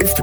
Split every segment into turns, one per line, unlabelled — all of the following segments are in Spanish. Este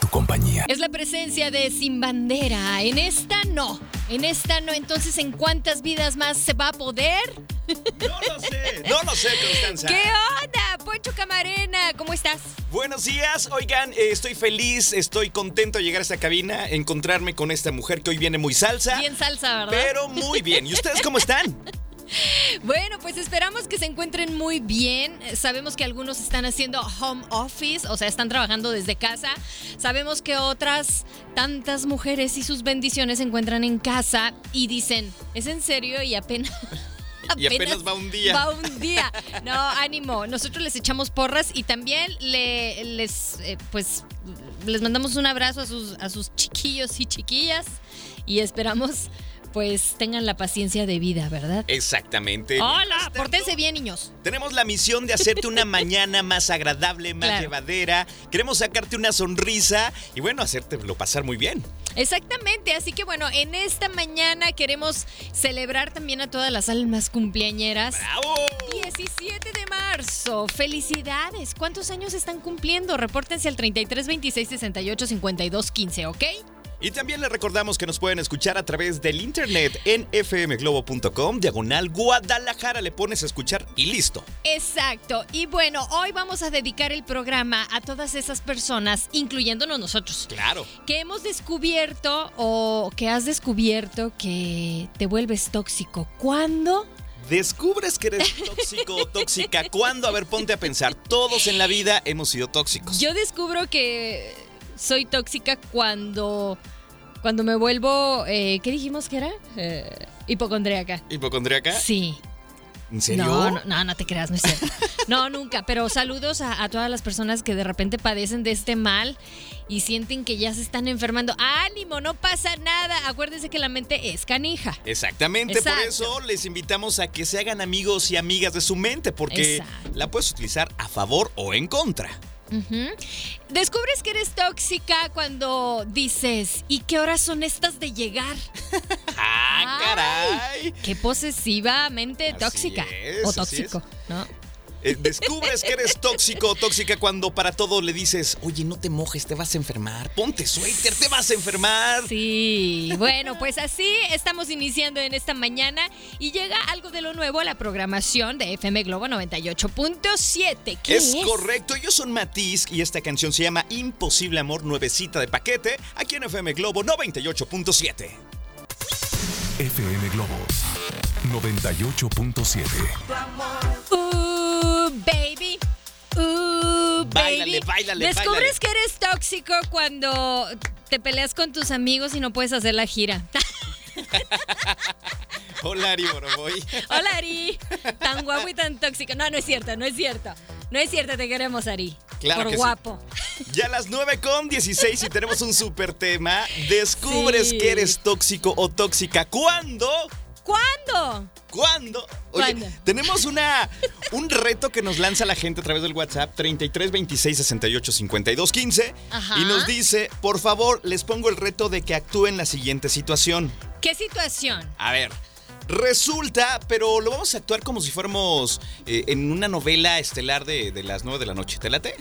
Tu compañía.
Es la presencia de Sin Bandera. En esta no. En esta no. Entonces, ¿en cuántas vidas más se va a poder?
No lo sé, no lo sé, Constanza.
¿Qué onda, Poncho Camarena? ¿Cómo estás?
Buenos días, oigan, eh, estoy feliz, estoy contento de llegar a esta cabina, encontrarme con esta mujer que hoy viene muy salsa.
Bien salsa, ¿verdad?
Pero muy bien. ¿Y ustedes cómo están?
Bueno, pues esperamos que se encuentren muy bien. Sabemos que algunos están haciendo home office, o sea, están trabajando desde casa. Sabemos que otras tantas mujeres y sus bendiciones se encuentran en casa y dicen, ¿es en serio? Y apenas...
Y apenas va un día.
Va un día. No, ánimo. Nosotros les echamos porras y también le- les, eh, pues, les mandamos un abrazo a sus, a sus chiquillos y chiquillas y esperamos, pues, tengan la paciencia de vida, ¿verdad?
Exactamente.
Hola, pórtense bien, niños.
Tenemos la misión de hacerte una mañana más agradable, más
Claro.
llevadera. Queremos sacarte una sonrisa y bueno, hacértelo pasar muy bien.
Exactamente, así que bueno, en esta mañana queremos celebrar también a todas las almas cumpleañeras.
¡Bravo!
17 de marzo, felicidades. ¿Cuántos años están cumpliendo? Repórtense al 33 26 68 52 15, ¿ok?
Y también les recordamos que nos pueden escuchar a través del internet en fmglobo.com, diagonal Guadalajara. Le pones a escuchar y listo.
Exacto. Y bueno, hoy vamos a dedicar el programa a todas esas personas, incluyéndonos nosotros,
Claro.
que hemos descubierto o que has descubierto que te vuelves tóxico. ¿Cuándo?
Descubres que eres tóxico o tóxica. ¿Cuándo? A ver, ponte a pensar. Todos en la vida hemos sido tóxicos.
Yo descubro que soy tóxica cuando cuando me vuelvo, eh, ¿qué dijimos que era? Eh, hipocondríaca.
¿Hipocondríaca?
Sí.
¿En serio?
No, no, no, no te creas, no es cierto. No, nunca. Pero saludos a, a todas las personas que de repente padecen de este mal y sienten que ya se están enfermando. Ánimo, no pasa nada. Acuérdense que la mente es canija.
Exactamente, por
Exacto.
eso les invitamos a que se hagan amigos y amigas de su mente, porque
Exacto.
la puedes utilizar a favor o en contra.
Ujú. Descubres que eres tóxica cuando dices, ¿y qué horas son estas de llegar?
¡Ah,
Ay.
caray!
Qué posesivamente
Así
tóxica
es,
o
así
tóxico, ¿no?
Eh, Descubres que eres tóxico o tóxica cuando para todo le dices, oye, no te mojes, te vas a enfermar, ponte suéter, te vas a enfermar.
Sí, bueno, pues así estamos iniciando en esta mañana y llega algo de lo nuevo a la programación de FM Globo 98.7. ¿Qué
Es correcto, ellos son Matiz y esta canción se llama Imposible Amor Nuevecita de Paquete, aquí en FM Globo 98.7.
FM Globo 98.7.
Uh, baby. Uh,
Báilale,
baby.
báilale,
Descubres
báilale.
que eres tóxico cuando te peleas con tus amigos y no puedes hacer la gira.
Hola, Ari Boroboy.
Hola Ari, tan guapo y tan tóxico. No, no es cierto, no es cierto. No es cierto, te queremos Ari.
Claro
Por
que sí.
guapo.
Ya a las 9 con 16 y tenemos un super tema. Descubres
Sí.
que eres tóxico o tóxica. ¿Cuándo?
¿Cuándo?
¿Cuándo? Oye,
¿Cuándo?
tenemos una, un reto que nos lanza la gente a través del WhatsApp 33 26 68 52 15
Ajá.
y nos dice, por favor, les pongo el reto de que actúen la siguiente situación.
¿Qué situación?
A ver. Resulta, pero lo vamos a actuar como si fuéramos eh, en una novela estelar de, de las 9 de la noche. ¿Te late?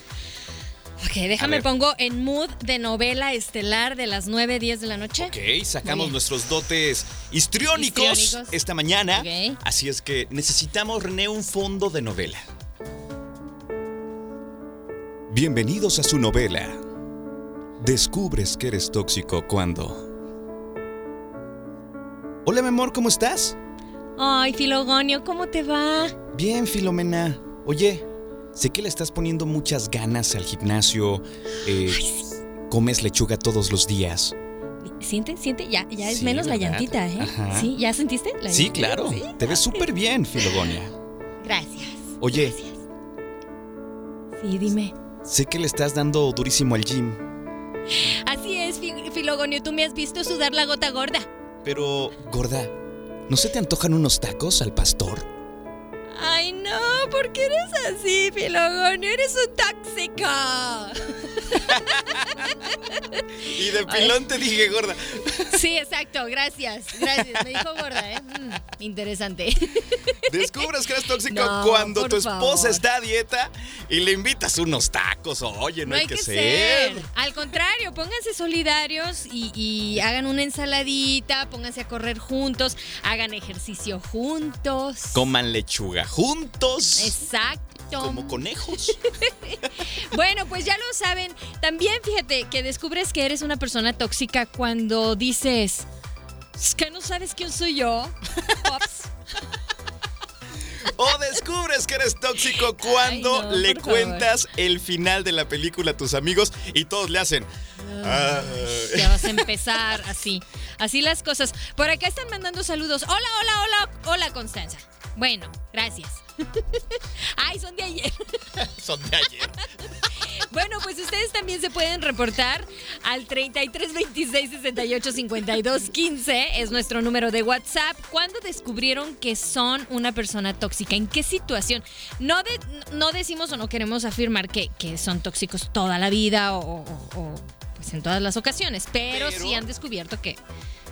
Ok,
A
déjame
ver.
pongo en mood de novela estelar de las 9, 10 de la noche.
Ok,
Muy
sacamos
bien.
nuestros dotes histriónicos,
Histriónicos.
esta mañana.
Ok.
Así es que necesitamos, René, un fondo de novela. Bienvenidos a su novela. Descubres que eres tóxico cuando. Hola, mi amor, ¿cómo estás?
Ay, Filogonio, ¿cómo te va?
Bien, Filomena. Oye, Sé que le estás poniendo muchas ganas al gimnasio. eh, comes lechuga todos los días.
¿Siente? ¿Siente? Ya, ya es
Sí,
menos la
¿verdad?
llantita, ¿eh?
Ajá.
¿Sí? ¿Ya sentiste? la
Sí,
llantita?
claro.
Sí.
Te ves súper bien, Filogonia.
Gracias.
Oye.
Gracias. Sí, dime.
Sé que le estás dando durísimo al gym.
Así es, Fi- Filogonio, tú me has visto sudar la gota gorda.
Pero, gorda, ¿no se te antojan unos tacos al pastor?
Ay, no, ¿por qué eres así, Filogonio? Eres un tóxico.
Y de
pilón
te dije, gorda.
Sí, exacto, gracias, gracias. Me dijo gorda, ¿eh? Mm, interesante.
Descubras que eres tóxico
No,
cuando
por
tu esposa
favor.
está a dieta y le invitas unos tacos. Oye, no, hay, que, ser.
Al contrario, pónganse solidarios y, y hagan una ensaladita, pónganse a correr juntos, hagan ejercicio juntos.
Coman lechuga juntos.
Exacto.
Como conejos.
Bueno, pues ya lo saben. También fíjate que descubres que eres una persona tóxica cuando dices "Es que no sabes quién soy yo. Pops.
o descubres que eres tóxico cuando
no,
le
por favor.
cuentas el final de la película a tus amigos y todos le hacen. "Ah".
Ya vas a empezar así. Así las cosas. Por acá están mandando saludos. Hola, hola, hola, hola, Constanza. Bueno, gracias. Ay, son de ayer.
Son de ayer.
Bueno, pues ustedes también se pueden reportar al 33 26 68 52 15. Es nuestro número de WhatsApp. ¿Cuándo descubrieron que son una persona tóxica? ¿En qué situación? No, de- no decimos o no queremos afirmar que, que son tóxicos toda la vida o, o- o, pues en todas las ocasiones, pero,
Pero-
sí han descubierto que,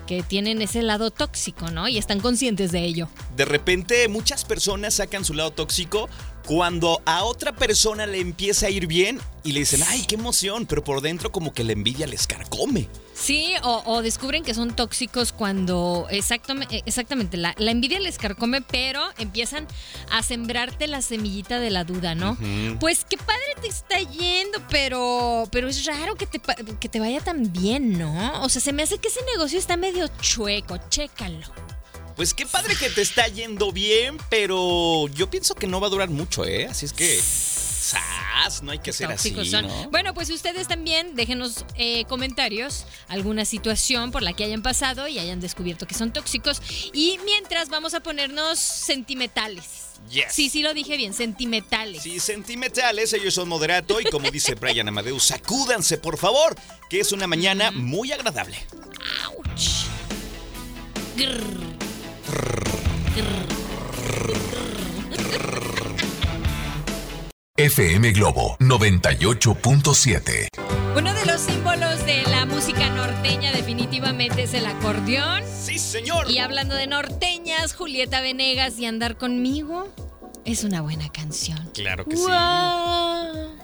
que tienen ese lado tóxico, ¿no? Y están conscientes de ello.
De repente muchas personas sacan su lado tóxico cuando a otra persona le empieza a ir bien y le dicen, ay, qué emoción, pero por dentro como que la envidia les carcome.
Sí, o, o descubren que son tóxicos cuando exactamente, exactamente la, la envidia les carcome, pero empiezan a sembrarte la semillita de la duda, ¿no? Pues qué padre te está yendo, pero, pero es raro que te, pa- que te vaya tan bien, ¿no? O sea, se me hace que ese negocio está medio chueco, chécalo.
Pues qué padre que te está yendo bien, pero yo pienso que no va a durar mucho, ¿eh? Así es que... ¡Sas! No hay que ser así,
Tóxicos son.
¿no?
Bueno, pues ustedes también déjenos eh, comentarios, alguna situación por la que hayan pasado y hayan descubierto que son tóxicos. Y mientras vamos a ponernos sentimentales.
Yes.
Sí, sí lo dije bien, sentimentales.
Sí, sentimentales, ellos son moderato y como dice Brian Amadeus, sacúdanse por favor, que es una mañana muy agradable.
Ouch. Grr.
FM Globo 98.7.
Uno de los símbolos de la música norteña definitivamente es el acordeón.
Sí, señor.
Y hablando de norteñas, Julieta Venegas y Andar conmigo es una buena canción.
Claro que sí.
Guau,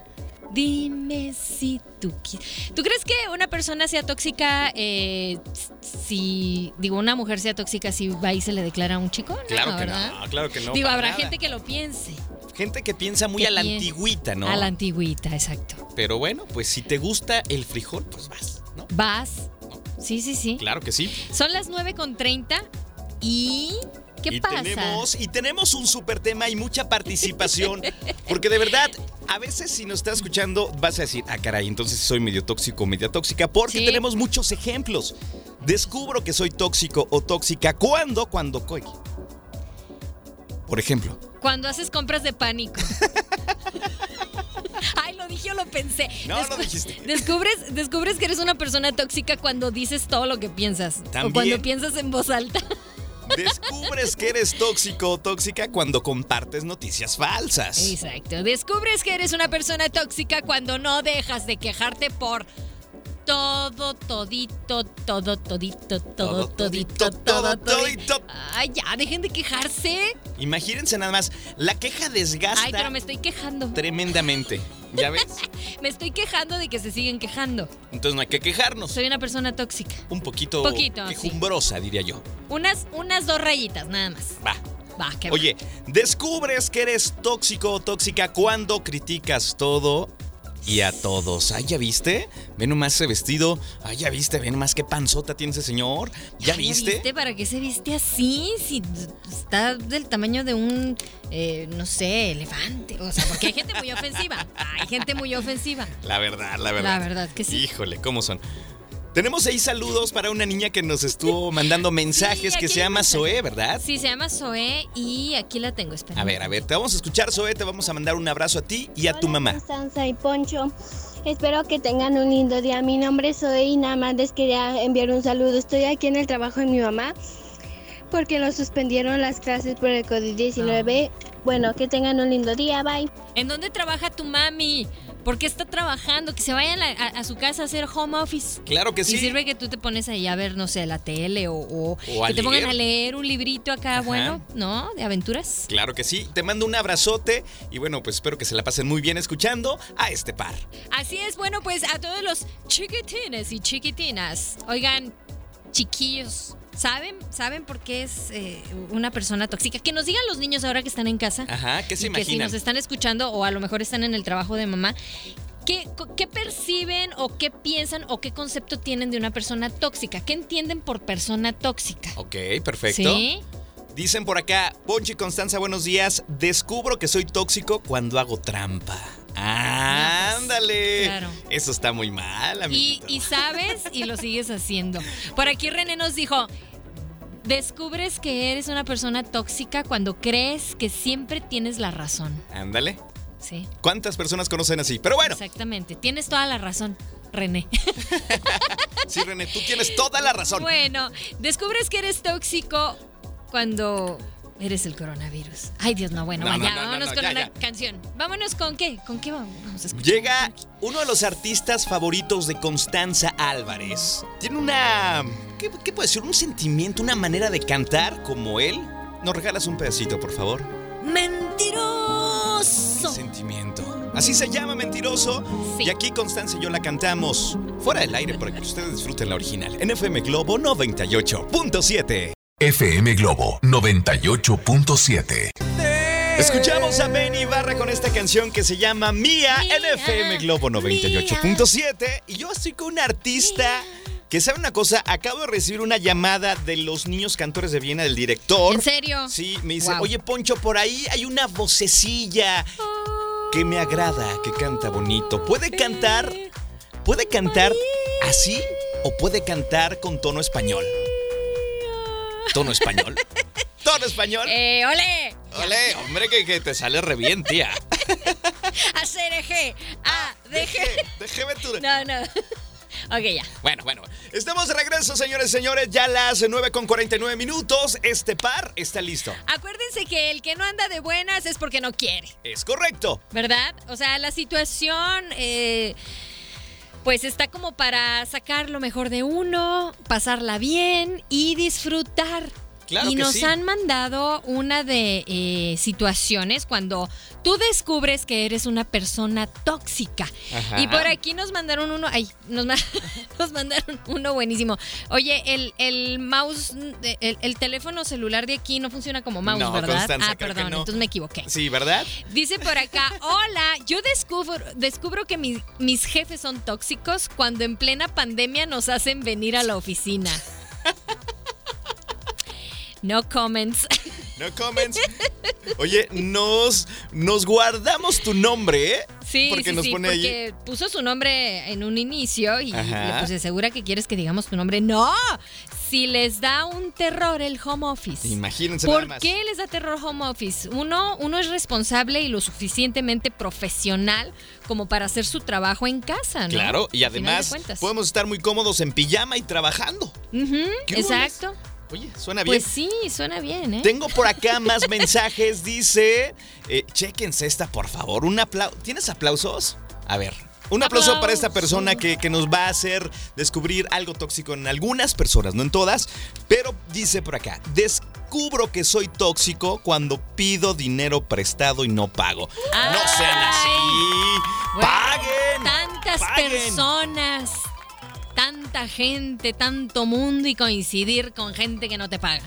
Dime si tú quieres. ¿Tú crees que una persona sea tóxica eh, si, digo, una mujer sea tóxica si va y se le declara a un chico? No,
Claro que
¿verdad?
no, claro que no.
digo,
para
habrá
nada.
gente que lo piense.
Gente que piensa muy
Que
a la
pien-
antigüita, ¿no?
A la antigüita, exacto.
Pero bueno, pues si te gusta el frijol, pues vas, ¿no?
Vas. Sí, sí, sí.
Claro que sí.
Son las 9.30 y... ¿Qué
y
pasa?
Tenemos, y tenemos un súper tema y mucha participación. porque de verdad, a veces si nos estás escuchando, vas a decir, ah, caray, entonces soy medio tóxico o media tóxica. Porque
Sí.
tenemos muchos ejemplos. Descubro que soy tóxico o tóxica. ¿Cuándo? Cuando coy. Por ejemplo.
Cuando haces compras de pánico. Ay, lo dije o lo pensé.
No, lo
Descu-
dijiste.
Descubres, descubres que eres una persona tóxica cuando dices todo lo que piensas.
También.
O cuando piensas en voz alta.
Descubres que eres tóxico o tóxica cuando compartes noticias falsas.
Exacto. Descubres que eres una persona tóxica cuando no dejas de quejarte por todo, todito, todo, todito, todo, todito, todo, todito. Ay, ya, dejen de quejarse.
Imagínense nada más, la queja desgasta
Ay, pero me estoy quejando.
tremendamente. ¿Ya ves?
Me estoy quejando de que se siguen quejando.
Entonces no hay que quejarnos.
Soy una persona tóxica.
Un poquito,
Poquito, sí.
quejumbrosa, diría yo.
Unas, unas dos rayitas, nada más.
Va.
Va, que va.
Oye, descubres que eres tóxico o tóxica cuando criticas todo y a todos. Ay, ¿ya viste? Ve nomás ese vestido. Ay, ¿ya viste? Ve nomás qué panzota tiene ese señor. ¿Ya
Ay,
viste?
¿Para qué se viste así? Si está del tamaño de un, eh, no sé, elefante. O sea, porque hay gente muy ofensiva. Hay gente muy ofensiva.
La verdad, la verdad.
La verdad que sí.
Híjole, ¿cómo son? Tenemos seis saludos para una niña que nos estuvo mandando mensajes
Sí,
que
aquí
se
hay
llama
mensajes.
Zoe, ¿verdad?
Sí, se llama Zoe y aquí la tengo, espera.
A ver, a ver, te vamos a escuchar, Zoe, te vamos a mandar un abrazo a ti y a tu
Hola,
mamá.
Constanza y Poncho. Espero que tengan un lindo día. Mi nombre es Zoe y nada más les quería enviar un saludo. Estoy aquí en el trabajo de mi mamá porque nos suspendieron las clases por el COVID-19.
Ah.
Bueno, que tengan un lindo día. Bye.
¿En dónde trabaja tu mami? ¿Por qué está trabajando? Que se vaya a, la- a- a su casa a hacer home office.
Claro que
Y
sí.
sirve que tú te pones ahí a ver, no sé, la tele o, o
O a
que te pongan
leer.
a leer un librito acá, bueno, ¿no? De aventuras.
Claro que sí. Te mando un abrazote y bueno, pues espero que se la pasen muy bien escuchando a este par.
Así es, bueno, pues a todos los chiquitines y chiquitinas. Oigan, chiquillos, ¿saben? ¿Saben por qué es eh, una persona tóxica? Que nos digan los niños ahora que están en casa.
Ajá, ¿qué se
y que si
imaginan?
nos están escuchando o a lo mejor están en el trabajo de mamá, ¿qué, co- qué perciben o qué piensan o qué concepto tienen de una persona tóxica? ¿Qué entienden por persona tóxica?
Ok, perfecto.
¿Sí?
Dicen por acá, Ponchi Constanza, buenos días. Descubro que soy tóxico cuando hago trampa.
Ah, pues,
Ándale.
claro.
Eso está muy mal,
Y,
amiguito.
y sabes y lo sigues haciendo. Por aquí René nos dijo, descubres que eres una persona tóxica cuando crees que siempre tienes la razón.
Ándale.
Sí,
¿Cuántas personas conocen así? Pero bueno,
exactamente. Tienes toda la razón, René.
sí, René, tú tienes toda la razón.
Bueno, descubres que eres tóxico cuando eres el coronavirus. Ay, Dios, no, bueno,
No, no,
vaya,
no, no,
vámonos
no,
con
ya,
una
ya.
canción. Vámonos con qué? ¿Con qué vamos vamos a escuchar?
Llega uno de los artistas favoritos de Constanza Álvarez. Tiene una. ¿Qué, qué puedo decir? Un sentimiento, una manera de cantar como él. ¿Nos regalas un pedacito, por favor? ¡Qué
Mentiroso.
sentimiento! Así se llama Mentiroso.
Sí.
Y aquí Constanza y yo la cantamos fuera del aire para que ustedes disfruten la original. En FM Globo 98.7.
FM Globo 98.7.
Escuchamos a Benny Barra con esta canción que se llama Mía, en
Mía,
FM Globo 98.7. Y yo estoy con un artista que, ¿sabe una cosa? Acabo de recibir una llamada de los niños cantores de Viena del director.
¿En serio?
Sí, me dice,
Wow.
oye Poncho, por ahí hay una vocecilla
Oh.
que me agrada, que canta bonito. ¿Puede cantar? ¿Puede cantar así o puede cantar con tono español? ¿Tono español? ¿Tono español?
Eh, ole,
Ole, hombre, que, que te sale re bien, tía.
a C, R, G, A, D, G.
Déjeme tu...
No, no. Ok, ya.
Bueno, bueno. Estamos de regreso, señores y señores. Ya las 9 con 49 minutos. Este par está listo.
Acuérdense que el que no anda de buenas es porque no quiere.
Es correcto.
¿verdad? O sea, la situación, eh, pues está como para sacar lo mejor de uno, pasarla bien y disfrutar.
Claro
y
que
nos
sí.
han mandado una de eh, situaciones cuando tú descubres que eres una persona tóxica.
Ajá.
Y por aquí nos mandaron uno, ay, nos, ma- nos mandaron uno buenísimo. Oye, el, el mouse, eh, el, el teléfono celular de aquí no funciona como mouse,
No,
¿verdad?
Constanza,
ah,
creo que
perdón,
no.
entonces me equivoqué.
Sí, ¿verdad?
Dice por acá, hola, yo descubro, descubro que mis, mis jefes son tóxicos cuando en plena pandemia nos hacen venir a la oficina. No comments.
No comments. Oye, nos, nos guardamos tu nombre, ¿eh?
Sí,
Porque
sí,
nos
sí,
pone ahí-
porque puso su nombre en un inicio y
Ajá.
le puse, segura que quieres que digamos tu nombre. No, si les da un terror el home office.
Imagínense nada
¿Por
más.
qué les da terror home office? Uno, uno es responsable y lo suficientemente profesional como para hacer su trabajo en casa, ¿no?
Claro, y
Al final de
además
cuentas.
podemos estar muy cómodos en pijama y trabajando.
Ujú,
¿Qué
exacto.
Oye, suena bien.
Pues sí, suena bien, ¿eh?
Tengo por acá más mensajes. Dice, eh, chéquense esta, por favor. Un aplauso. ¿Tienes aplausos? A ver. Un aplauso
Aplauso.
para esta persona que, que nos va a hacer descubrir algo tóxico en algunas personas, no en todas. Pero dice por acá, descubro que soy tóxico cuando pido dinero prestado y no pago. No sean así.
Bueno,
Paguen.
Tantas
paguen.
personas, tanta gente, tanto mundo y coincidir con gente que no te paga.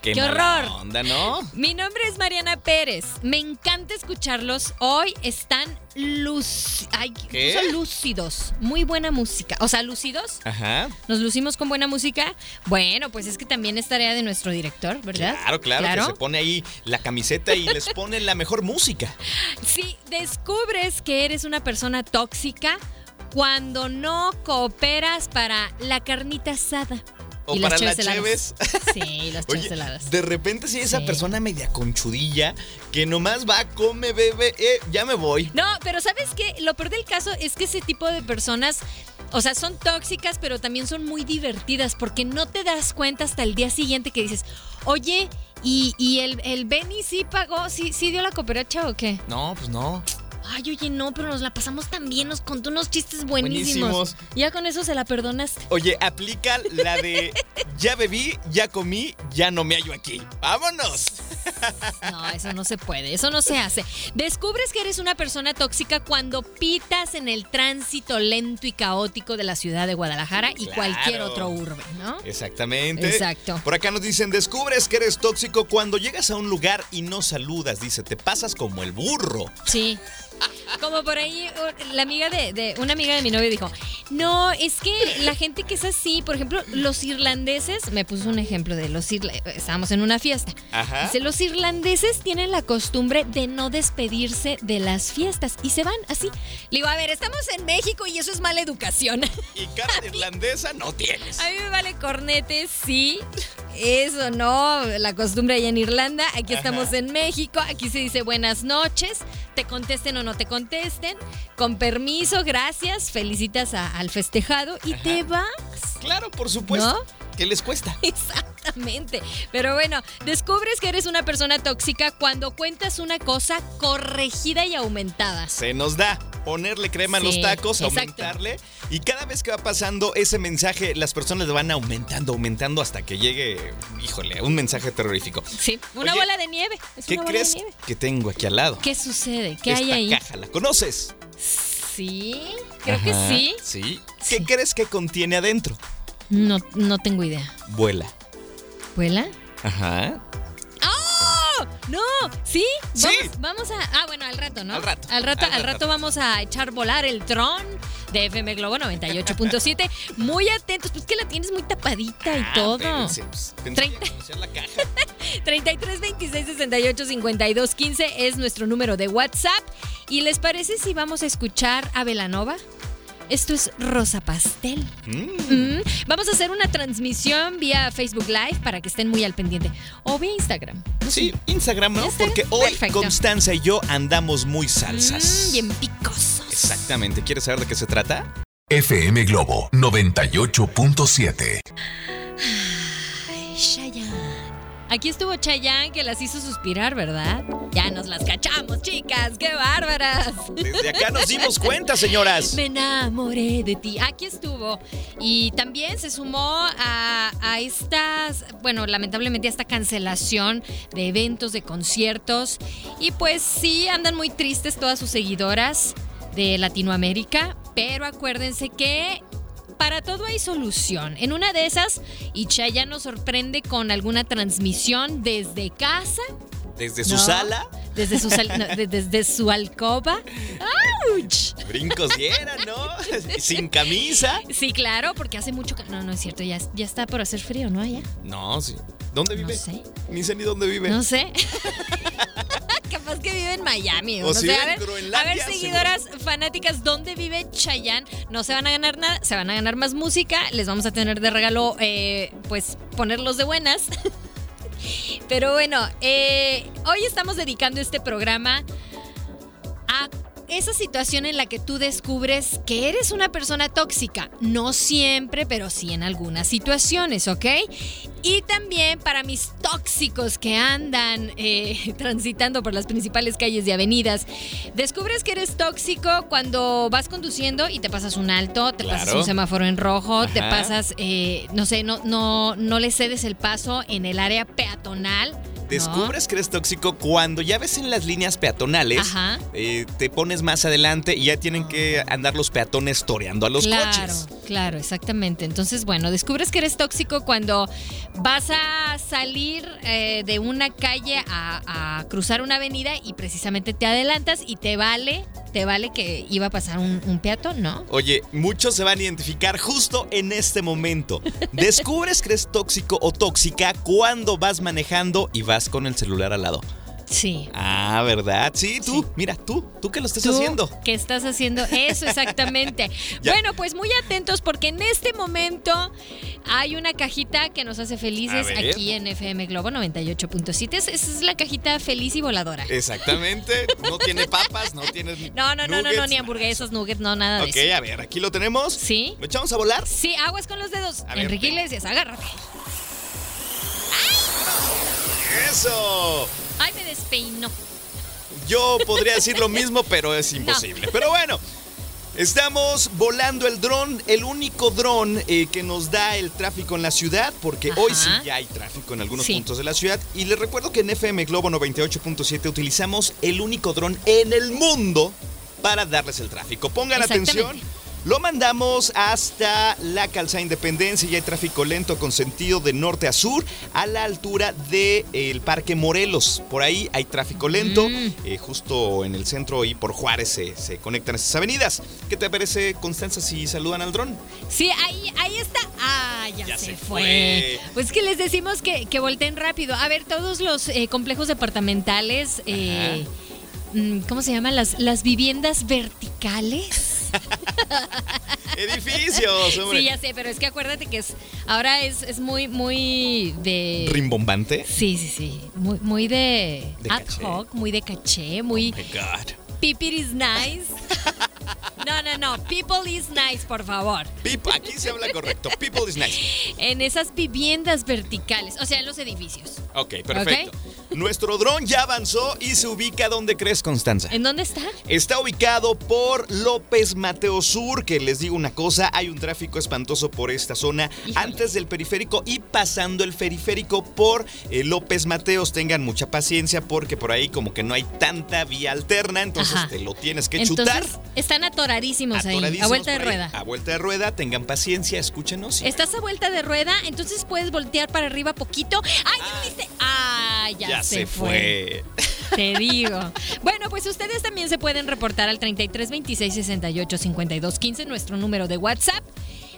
Qué,
¡Qué
mala
horror!
onda, ¿no?
Mi nombre es Mariana Pérez. Me encanta escucharlos. Hoy están luz... Ay,
¿Qué?
puso lúcidos. Muy buena música. O sea, lúcidos.
Ajá.
Nos lucimos con buena música. Bueno, pues es que también es tarea de nuestro director, ¿verdad?
Claro, claro, que se pone ahí la camiseta y les pone la mejor música.
Si descubres que eres una persona tóxica cuando no cooperas para la carnita asada.
O
Y
para
cheves
las
heladas. Sí, y las cheves
Oye,
heladas.
de repente sí esa
Sí.
persona media conchudilla que nomás va, come, bebe, eh, ya me voy.
No, pero ¿sabes qué? Lo peor del caso es que ese tipo de personas, o sea, son tóxicas, pero también son muy divertidas porque no te das cuenta hasta el día siguiente que dices, oye, ¿y, y el, el Benny sí pagó? ¿Sí, ¿Sí dio la cooperacha o qué?
No, pues no.
Ay, oye, no, pero nos la pasamos tan bien, nos contó unos chistes buenísimos.
Buenísimos.
Ya con eso se la perdonaste.
Oye, aplica la de ya bebí, ya comí, ya no me hallo aquí. ¡Vámonos!
No, eso no se puede, eso no se hace. Descubres que eres una persona tóxica cuando pitas en el tránsito lento y caótico de la ciudad de Guadalajara y
Claro.
cualquier otro urbe, ¿no?
Exactamente.
Exacto.
Por acá nos dicen, descubres que eres tóxico cuando llegas a un lugar y no saludas. Dice, te pasas como el burro.
Sí. Como por ahí u- la amiga de, de- una amiga de mi novio dijo, no, es que la gente que es así, por ejemplo, los irlandeses, me puso un ejemplo de los irlandeses, estábamos en una fiesta.
Ajá.
Dice, los irlandeses tienen la costumbre de no despedirse de las fiestas y se van así. Le digo, a ver, estamos en México y eso es mala educación.
Y cara de irlandesa no tienes.
A mí me vale cornete, sí. Eso no, la costumbre allá en Irlanda. Aquí estamos en México. Aquí se dice buenas noches. Te contesten o no te contesten. Con permiso, gracias. Felicitas a- al festejado y te vas.
Claro, por supuesto. ¿Qué les cuesta?
Exactamente. Pero bueno, descubres que eres una persona tóxica cuando cuentas una cosa corregida y aumentada.
se nos da ponerle crema a los
Sí,
tacos,
exacto.
aumentarle. Y cada vez que va pasando ese mensaje, las personas le van aumentando, aumentando hasta que llegue, híjole, un mensaje terrorífico.
Sí, una
Oye,
bola de nieve. Es
¿Qué
una bola
crees
de nieve.
que tengo aquí al lado?
¿Qué sucede? ¿Qué hay
Esta
ahí?
caja, ¿la conoces?
Sí, creo
Ajá,
que sí.
Sí.
Sí.
¿Qué crees que contiene adentro?
No, no tengo idea.
Vuela.
¿Vuela?
Ajá.
¡Oh! No, sí,
Sí.
Vamos, vamos a. Ah, bueno, al rato, ¿no?
Al rato,
Al rato,
al
al
rato.
rato, vamos a echar volar el tron de FM Globo 98.7. Muy atentos, pues que la tienes muy tapadita y todo.
Ah, pensé, pues, pensé
Treinta.
que conocía la caja.
33 26 68 52 15 es nuestro número de WhatsApp. ¿Y les parece si vamos a escuchar a Velanova? Esto es Rosa Pastel.
Mm,
Mm, Vamos a hacer una transmisión vía Facebook Live para que estén muy al pendiente. O vía Instagram. No sé.
Sí, Instagram, ¿no?
Instagram,
Porque hoy
perfecto.
Constanza y yo andamos muy salsas.
Mm, bien picosos.
Exactamente. ¿Quieres saber de qué se trata?
FM Globo 98.7.
Ay, Chayanne. Aquí estuvo Chayanne que las hizo suspirar, ¿verdad? Ya nos las cachamos, chicas. ¡Qué bárbaras!
Desde acá nos dimos cuenta, señoras.
Me enamoré de ti. Aquí estuvo. Y también se sumó a, a estas, bueno, lamentablemente a esta cancelación de eventos, de conciertos. Y pues sí, andan muy tristes todas sus seguidoras de Latinoamérica. Pero acuérdense que para todo hay solución. En una de esas, Ichaya nos sorprende con alguna transmisión desde casa
Desde su
No.
sala,
desde su, sal- no, de- desde su alcoba. ¡Auch!
brincos diera, ¿no? Sin camisa.
Sí, claro, porque hace mucho calor. No, no es cierto, ya, ya está por hacer frío, ¿no? Allá.
No, sí. ¿Dónde
No
vive?
sé.
Ni sé ni dónde vive.
No sé. Capaz que vive en Miami.
O
no sé.
si vive
a
en
ver,
Groenlandia,
a ver, seguidoras fanáticas, ¿dónde vive Chayanne? No se van a ganar nada, se van a ganar más música. Les vamos a tener de regalo, eh, pues, ponerlos de buenas. Pero bueno, eh, hoy estamos dedicando este programa a esa situación en la que tú descubres que eres una persona tóxica. No siempre, pero sí en algunas situaciones, ¿ok? Y también para mis tóxicos que andan eh, transitando por las principales calles y avenidas. Descubres que eres tóxico cuando vas conduciendo y te pasas un alto, te pasas
Claro.
un semáforo en rojo, te
Ajá.
pasas, eh, no sé, no, no, no le cedes el paso en el área peatonal. ¿no?
Descubres que eres tóxico cuando ya ves en las líneas peatonales.
Ajá. Oh.
eh, te pones más adelante y ya tienen que andar los peatones toreando a los
claro.
coches.
Claro, exactamente. Entonces, bueno, descubres que eres tóxico cuando vas a salir eh, de una calle a, a cruzar una avenida y precisamente te adelantas y te vale, te vale que iba a pasar un, un peatón, ¿no?
Oye, muchos se van a identificar justo en este momento. Descubres que eres tóxico o tóxica cuando vas manejando y vas con el celular al lado.
Sí.
Ah, ¿verdad? Sí, tú,
Sí.
mira, tú, tú que lo estés
¿Tú
haciendo.
¿Qué estás haciendo? Eso, exactamente.
Ya.
bueno, pues muy atentos porque en este momento hay una cajita que nos hace felices
A ver.
aquí en FM Globo 98.7. Es- Esa es la cajita feliz y voladora.
Exactamente, no tiene papas, no tiene
No, no, no, no, no,
nuggets.
ni hamburguesas, nuggets, no, nada de
Ok,
eso.
a ver, aquí lo tenemos.
¿Sí?
¿Lo echamos a volar?
Sí, aguas con los dedos.
A ver,
Enrique
ve.
Iglesias, agárrate.
¡Eso!
Ay, me despeinó.
Yo podría decir lo mismo, pero es imposible. Pero bueno, estamos volando el dron, el único dron eh, que nos da el tráfico en la ciudad, porque
Ajá.
hoy sí ya hay tráfico en algunos
Sí.
puntos de la ciudad. Y les recuerdo que en FM Globo 98.7 utilizamos el único dron en el mundo para darles el tráfico. Pongan
Exactamente.
atención. Lo mandamos hasta la calzada Independencia y hay tráfico lento con sentido de norte a sur a la altura del Parque Morelos. Por ahí hay tráfico lento,
Mm.
eh, justo en el centro y por Juárez se, se conectan esas avenidas. ¿Qué te parece, Constanza, si saludan al dron?
Sí, ahí, ahí está. Ah, ya,
Ya
se,
se
fue.
fue.
Pues que les decimos que, que volteen rápido. A ver, todos los eh, complejos departamentales, eh, mm, ¿cómo se llaman? Las, las viviendas verticales.
Edificios, hombre.
Sí, ya sé, pero es que acuérdate que es ahora es, es muy, muy de...
Rimbombante.
Sí, sí, sí. Muy, muy de,
De
ad
caché.
hoc, muy de caché, muy
Oh my God.
people is nice. No, no, no. People is nice, por favor.
Pip- aquí se habla correcto. People is nice.
En esas viviendas verticales, o sea, en los edificios.
Ok, perfecto. Nuestro dron ya avanzó y se ubica donde crees, Constanza.
¿En dónde está?
Está ubicado por López Mateo Sur, que les digo una cosa, hay un tráfico espantoso por esta zona,
Híjole.
antes del periférico y pasando el periférico por eh, López Mateos. Tengan mucha paciencia porque por ahí como que no hay tanta vía alterna, entonces
Ajá.
te lo tienes que chutar.
Entonces, están atoradísimos ahí, a
Atoradísimos
vuelta de
por ahí, Ah,
rueda.
A vuelta de rueda, tengan paciencia, escúchenos. y-
Estás a vuelta de rueda, entonces puedes voltear para arriba poquito. ¡Ay, ya lo hice! ¡Ah, ya, se, fue. Te digo. Bueno, pues ustedes también se pueden reportar al 33 26 68 52 15, nuestro número de WhatsApp.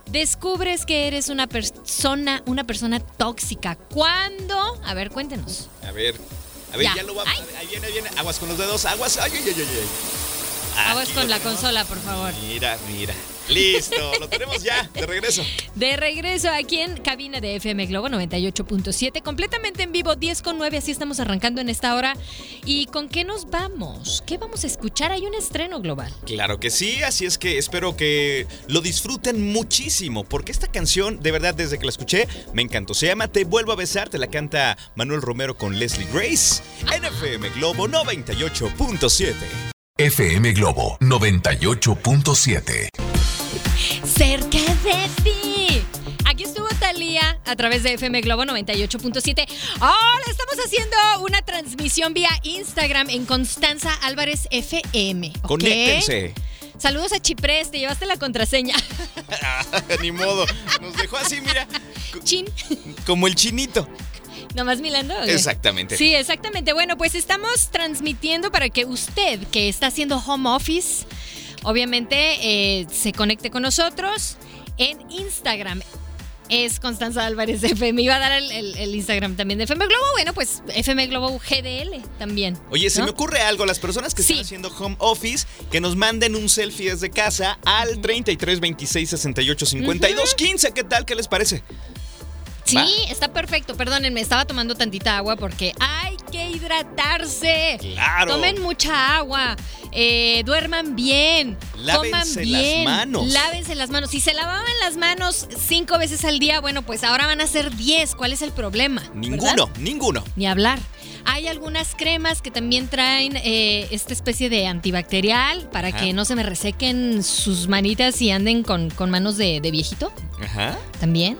Descubres que eres una persona, una persona tóxica. ¿Cuándo? A ver, cuéntenos.
A ver, a ver,
Ya.
ya, lo va
Ay.
Ahí viene, ahí viene. Aguas con los dedos, aguas. Ay, ay, ay, ay, ay.
Aguas
Aquí
con
lo
la
tenemos.
consola, por favor.
Mira, mira. Listo, lo tenemos ya, de regreso.
De regreso aquí en cabina de FM Globo 98.7, completamente en vivo, 10 con 9, así estamos arrancando en esta hora. ¿Y con qué nos vamos? ¿Qué vamos a escuchar? Hay un estreno global.
Claro que sí, así es que espero que lo disfruten muchísimo, porque esta canción, de verdad, desde que la escuché, me encantó. Se llama Te vuelvo a besar, te la canta Manuel Romero con Leslie Grace, NFM Globo 98.7.
FM Globo 98.7.
Cerca de ti. Aquí estuvo Talía a través de FM Globo 98.7. Ahora estamos haciendo una transmisión vía Instagram en Constanza Álvarez FM. ¿ok?
E, Conéctense.
Saludos a Chiprés, te llevaste la contraseña.
Ni modo, nos dejó así, mira,
Chin.
como el chinito.
Nomás Milando. ¿o qué?
Exactamente.
Sí, exactamente. Bueno, pues estamos transmitiendo para que usted que está haciendo home office, obviamente eh, se conecte con nosotros en Instagram. Es Constanza Álvarez de FM. Iba a dar el, el- el Instagram también de FM Globo. Bueno, pues FM Globo GDL también.
Oye, se
¿no?
me ocurre algo, las personas que
Sí.
están haciendo home office, que nos manden un selfie desde casa al 33 26 68 52 15, ¿qué tal? ¿Qué les parece?
Sí,
Va.
está perfecto. Perdónenme, estaba tomando tantita agua porque hay que hidratarse.
Claro.
Tomen mucha agua, eh, duerman bien,
Lávense
coman bien,
las manos.
lávense las manos. Si se lavaban las manos cinco veces al día, bueno, pues ahora van a ser diez. ¿Cuál es el problema? ¿Verdad?
Ninguno, ninguno.
Ni hablar. Hay algunas cremas que también traen eh, esta especie de antibacterial para
Ajá.
que no se me resequen sus manitas y anden con, con manos de, de viejito
Ajá.
también.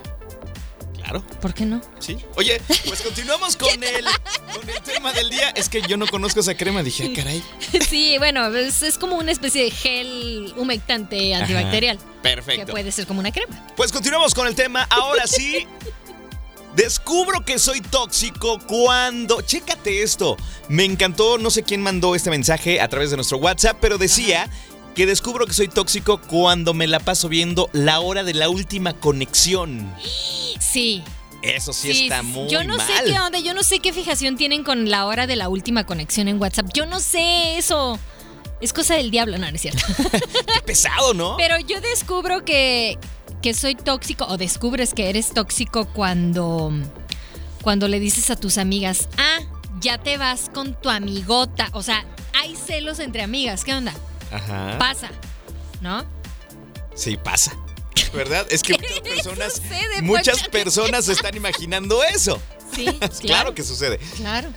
Claro,
¿Por qué no?
sí. Oye, pues continuamos con el, con el tema del día. Es que yo no conozco esa crema. Dije, ah, caray.
Sí, bueno, es, es como una especie de gel humectante antibacterial. Que
Perfecto.
puede ser como una crema.
Pues continuamos con el tema. Ahora sí. Descubro que soy tóxico cuando. Chécate esto. Me encantó, no sé quién mandó este mensaje a través de nuestro WhatsApp, pero decía que descubro que soy tóxico cuando me la paso viendo la hora de la última conexión.
Sí.
Eso sí, está muy
Yo no
mal.
sé qué onda, yo no sé qué fijación tienen con la hora de la última conexión en WhatsApp. Yo no sé eso. Es cosa del diablo, no, no es cierto.
Qué pesado, ¿no?
Pero yo descubro que, que soy tóxico o descubres que eres tóxico cuando, cuando le dices a tus amigas, ah, ya te vas con tu amigota. O sea, hay celos entre amigas. ¿Qué onda?
Ajá.
Pasa, ¿no?
Sí, pasa. ¿Verdad? Es que muchas personas.
sucede,
Muchas
Poncho?
personas se están imaginando eso.
Sí,
Pues Claro, que sucede.
Claro.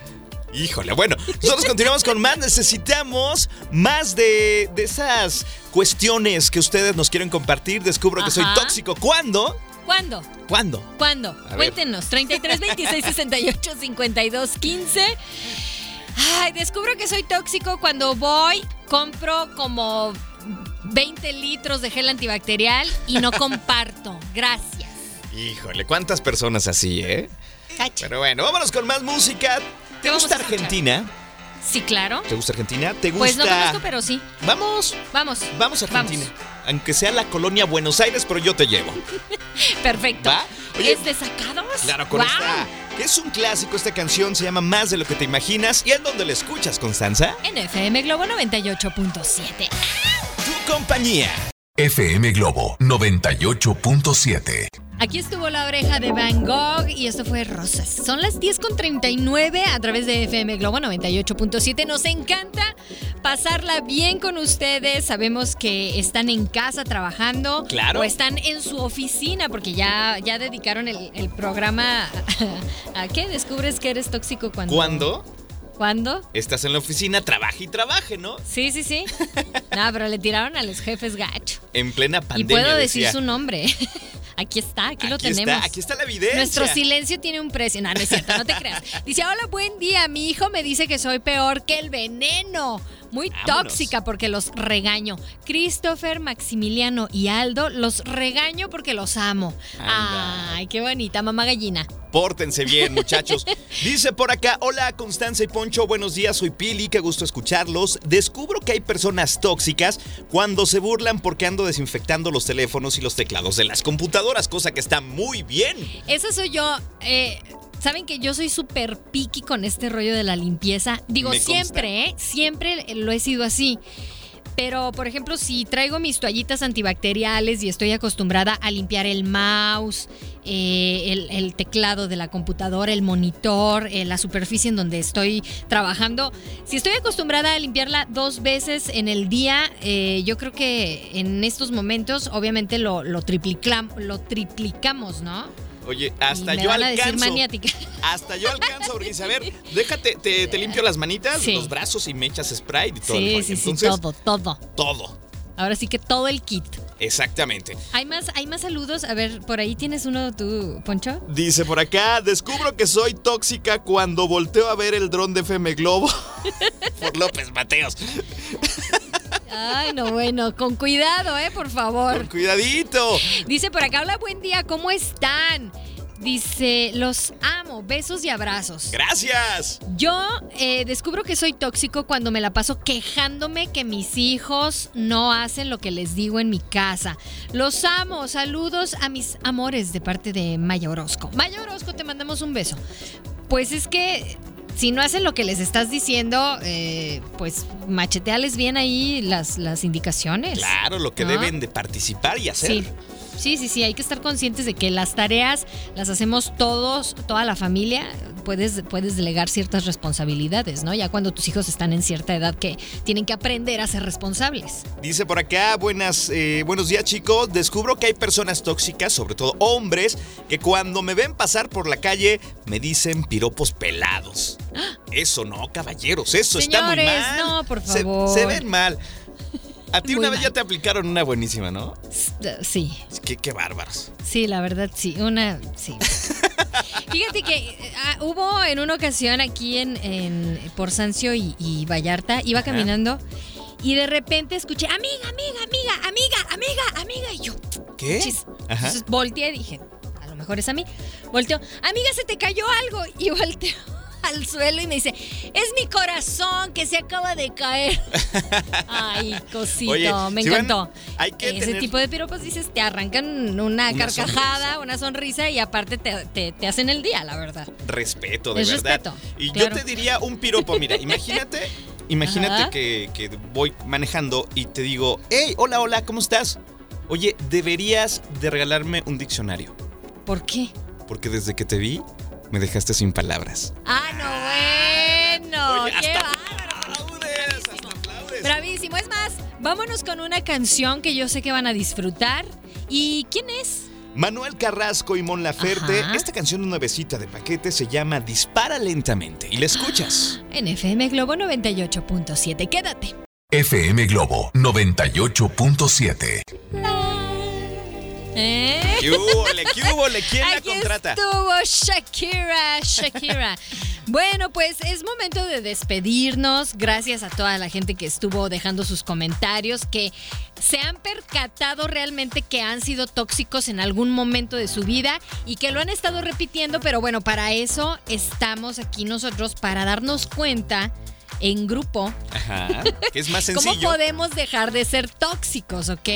Híjole, bueno, nosotros continuamos con más. Necesitamos más de, de esas cuestiones que ustedes nos quieren compartir. Descubro que soy
Ajá.
tóxico. ¿Cuándo?
¿Cuándo?
¿Cuándo?
¿Cuándo?
ver.
Cuéntenos. 33, 26, 68, 52, 15. Ay, descubro que soy tóxico cuando voy, compro como 20 litros de gel antibacterial y no comparto. Gracias.
Híjole, ¿cuántas personas así, eh?
Cacha.
Pero bueno, vámonos con más música. ¿Te
¿Qué vamos
gusta
a escuchar?
Argentina?
Sí, claro.
¿Te gusta Argentina? ¿Te gusta?
Pues no conozco, pero sí.
Vamos,
Vamos.
vamos a Argentina. Aunque sea la colonia Buenos Aires, pero yo te llevo.
Pues, Perfecto.
¿Va? Oye,
¿Es de sacados?
Claro, con
Guau.
esta. Que es un clásico esta canción, se llama Más de lo que te imaginas. ¿Y en dónde la escuchas, Constanza?
En FM Globo 98.7.
Tu compañía.
FM Globo 98.7.
Aquí estuvo la oreja de Van Gogh y esto fue Rosas. Son las 10.39 a través de FM Globo 98.7. Nos encanta pasarla bien con ustedes. Sabemos que están en casa trabajando.
Claro.
O están en su oficina porque ya, ya dedicaron el, el programa a, a- qué. Descubres que eres tóxico cuando...
¿Cuándo?
¿Cuándo?
estás en la oficina, trabaja y trabaje, ¿no?
Sí, sí, sí. no, pero le tiraron a los jefes gacho.
En plena
Y
pandemia.
puedo decir
decía,
su nombre. Aquí está, aquí, lo
"Aquí
tenemos.
Está, aquí está la evidencia.
Nuestro silencio tiene un precio. No, no es cierto, no te creas. Dice, hola, buen día. Mi hijo me dice que soy peor que el veneno. Muy
Vámonos.
tóxica porque los regaño. Christopher, Maximiliano y Aldo los regaño porque los amo.
Anda.
Ay, qué bonita, mamá gallina.
Pórtense bien, muchachos. Dice por acá, hola Constanza y Poncho, buenos días, soy Pili, qué gusto escucharlos. Descubro que hay personas tóxicas cuando se burlan porque ando desinfectando los teléfonos y los teclados de las computadoras, cosa que está muy bien.
Esa soy yo. eh, Saben que yo soy súper piqui con este rollo de la limpieza. Digo,
Me consta.
siempre, ¿eh? Siempre lo he sido así. Pero, por ejemplo, si traigo mis toallitas antibacteriales y estoy acostumbrada a limpiar el mouse, eh, el, el teclado de la computadora, el monitor, eh, la superficie en donde estoy trabajando, si estoy acostumbrada a limpiarla dos veces en el día, eh, yo creo que en estos momentos obviamente lo, lo, triplicam- lo triplicamos, ¿no?
Oye, hasta
Y me
yo
van a decir
alcanzo.
maniática.
Hasta yo alcanzo, porque dice, a ver, déjate, te, te limpio las manitas,
Sí.
los brazos y me echas Sprite y todo. el
Sí,
rollo".
sí, sí,
Entonces,
todo, todo.
todo.
Ahora sí que todo el kit.
Exactamente.
Hay más, hay más saludos. A ver, por ahí tienes uno tú, Poncho.
Dice por acá, descubro que soy tóxica cuando volteo a ver el dron de FM Globo. por López Mateos.
Ay, no, bueno, con cuidado, eh, por favor.
Con cuidadito.
Dice por acá, hola, buen día, ¿cómo están? Dice, los amo, besos y abrazos.
Gracias.
Yo eh, descubro que soy tóxico cuando me la paso quejándome que mis hijos no hacen lo que les digo en mi casa. Los amo, saludos a mis amores de parte de Maya Orozco. Maya Orozco, te mandamos un beso. Pues es que si no hacen lo que les estás diciendo, eh, pues macheteales bien ahí las, las indicaciones.
Claro, lo que
¿No?
deben de participar y hacer.
Ah. Sí. Sí, sí, sí, hay que estar conscientes de que las tareas las hacemos todos, toda la familia. Puedes, puedes delegar ciertas responsabilidades, ¿no? Ya cuando tus hijos están en cierta edad que tienen que aprender a ser responsables.
Dice por acá, buenas, eh, buenos días chicos. Descubro que hay personas tóxicas, sobre todo hombres, que cuando me ven pasar por la calle me dicen piropos pelados. Eso no, caballeros, eso
Señores,
está muy mal.
no, por
Se-
favor.
Se, ven mal. A ti
Muy
una vez
mal.
ya te aplicaron una buenísima, ¿no?
S- Sí,
Es que qué bárbaros.
sí, la verdad, sí. Una, sí. Fíjate que eh, ah, hubo en una ocasión aquí en, en Porsancio y, y Vallarta, iba caminando y de repente escuché, amiga, amiga, amiga, amiga, amiga, amiga, y yo,
¿Qué?
chis.
¿Eh? Ajá.
Entonces volteé y dije, a lo mejor es a mí. Volteo, amiga, se te cayó algo. Y volteo al suelo y me dice, es mi corazón que se acaba de caer. Ay, cosito,
Oye,
me
si van-
encantó.
hay que
Ese
tener-
tipo de piropos dices, te arrancan una,
Una
carcajada, una sonrisa y aparte te, te- te hacen el día, la verdad.
Respeto, de
Es respeto,
verdad. y
claro.
yo te diría un piropo, mira, imagínate, imagínate
Ajá.
que, que voy manejando y te digo, hey, hola, hola, ¿cómo estás? Oye, deberías de regalarme un diccionario,
¿Por qué?
porque desde que te vi me dejaste sin palabras.
Ah, no, bueno.
Oye,
qué
hasta pues.
bárbaro.
aplaudes, hasta aplaudes.
Bravísimo. Es más, vámonos con una canción que yo sé que van a disfrutar. ¿Y quién es?
Manuel Carrasco y Mon Laferte,
Ajá.
esta canción nuevecita de paquete se llama Dispara lentamente y la escuchas.
En FM Globo 98.7. Quédate.
FM Globo 98.7.
¿Eh?
¿Qué hubo, le, qué hubo, le? ¿Quién la
Aquí
contrata?
estuvo Shakira, Shakira. Bueno, pues es momento de despedirnos. Gracias a toda la gente que estuvo dejando sus comentarios, que se han percatado realmente que han sido tóxicos en algún momento de su vida y que lo han estado repitiendo, pero bueno, para eso estamos aquí nosotros, para darnos cuenta en grupo
Ajá, que es más
¿Cómo
sencillo.
podemos dejar de ser tóxicos, ok?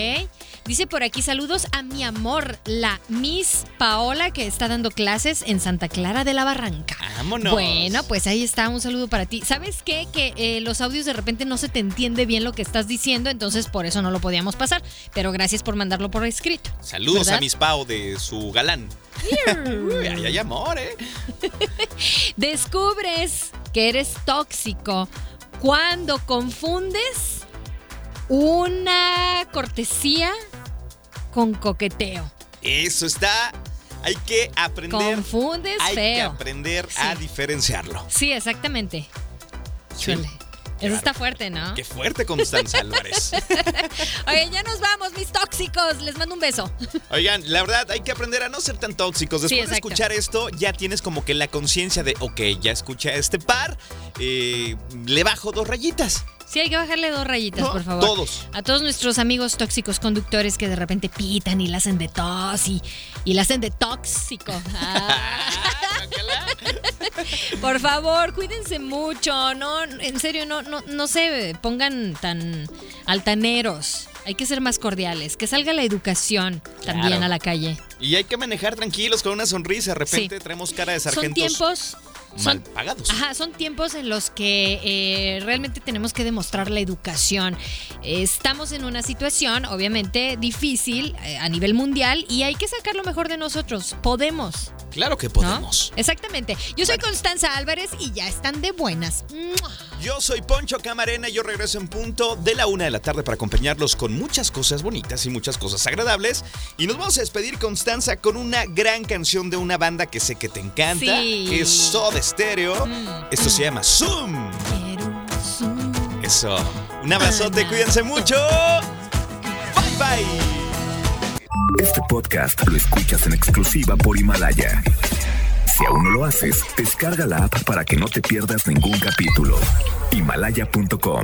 Dice por aquí saludos a mi amor, la Miss Paola que está dando clases en Santa Clara de la Barranca.
Vámonos.
Bueno, pues ahí está, un saludo para ti. ¿Sabes qué? Que eh, los audios de repente no se te entiende bien lo que estás diciendo, entonces por eso no lo podíamos pasar, pero gracias por mandarlo por escrito.
Saludos
¿Verdad?
a mis Pau de su galán. Uy, ay, ay, amor, ¿eh?
Descubres que eres tóxico cuando confundes una cortesía con coqueteo.
Eso está. Hay que aprender.
Confundes
hay que
feo.
aprender a
Sí.
diferenciarlo.
Sí, exactamente.
Sí.
Híjole.
Qué
Eso está fuerte, ¿no?
Qué fuerte, Constanza Álvarez.
Oye, ya nos vamos, mis tóxicos. Les mando un beso.
Oigan, la verdad, hay que aprender a no ser tan tóxicos.
Sí,
Después de
exacto.
escuchar esto, ya tienes como que la conciencia de, ok, ya escuché a este par, eh, le bajo dos rayitas.
Sí, hay que bajarle dos rayitas,
¿no?
por favor.
Todos.
A todos nuestros amigos tóxicos conductores que de repente pitan y la hacen de tos y, y la hacen de tóxico. Ah, por favor, cuídense mucho. No, en serio, no, no, no se pongan tan altaneros. Hay que ser más cordiales. Que salga la educación también
Claro.
a la calle.
y hay que manejar tranquilos con una sonrisa. De repente traemos cara de
Son
sargentos
tiempos.
mal
Son,
pagados.
Ajá, son tiempos en los que eh, realmente tenemos que demostrar la educación. Eh, Estamos en una situación, obviamente, difícil eh, a nivel mundial y hay que sacar lo mejor de nosotros. Podemos.
Claro que
¿no?
podemos.
Exactamente. Yo soy Constanza Álvarez y ya están de buenas. ¡Mua!
Yo soy Poncho Camarena y yo regreso en punto de la una de la tarde para acompañarlos con muchas cosas bonitas y muchas cosas agradables. Y nos vamos a despedir, Constanza, con una gran canción de una banda que sé que te encanta,
Sí.
que es Soda Stereo.
Mm,
Esto se llama Zoom.
Quiero un zoom.
Eso. Un abrazote,
Ana.
cuídense mucho. Bye bye.
Este podcast lo escuchas en exclusiva por Himalaya. Si aún no lo haces, descarga la app para que no te pierdas ningún capítulo. Himalaya.com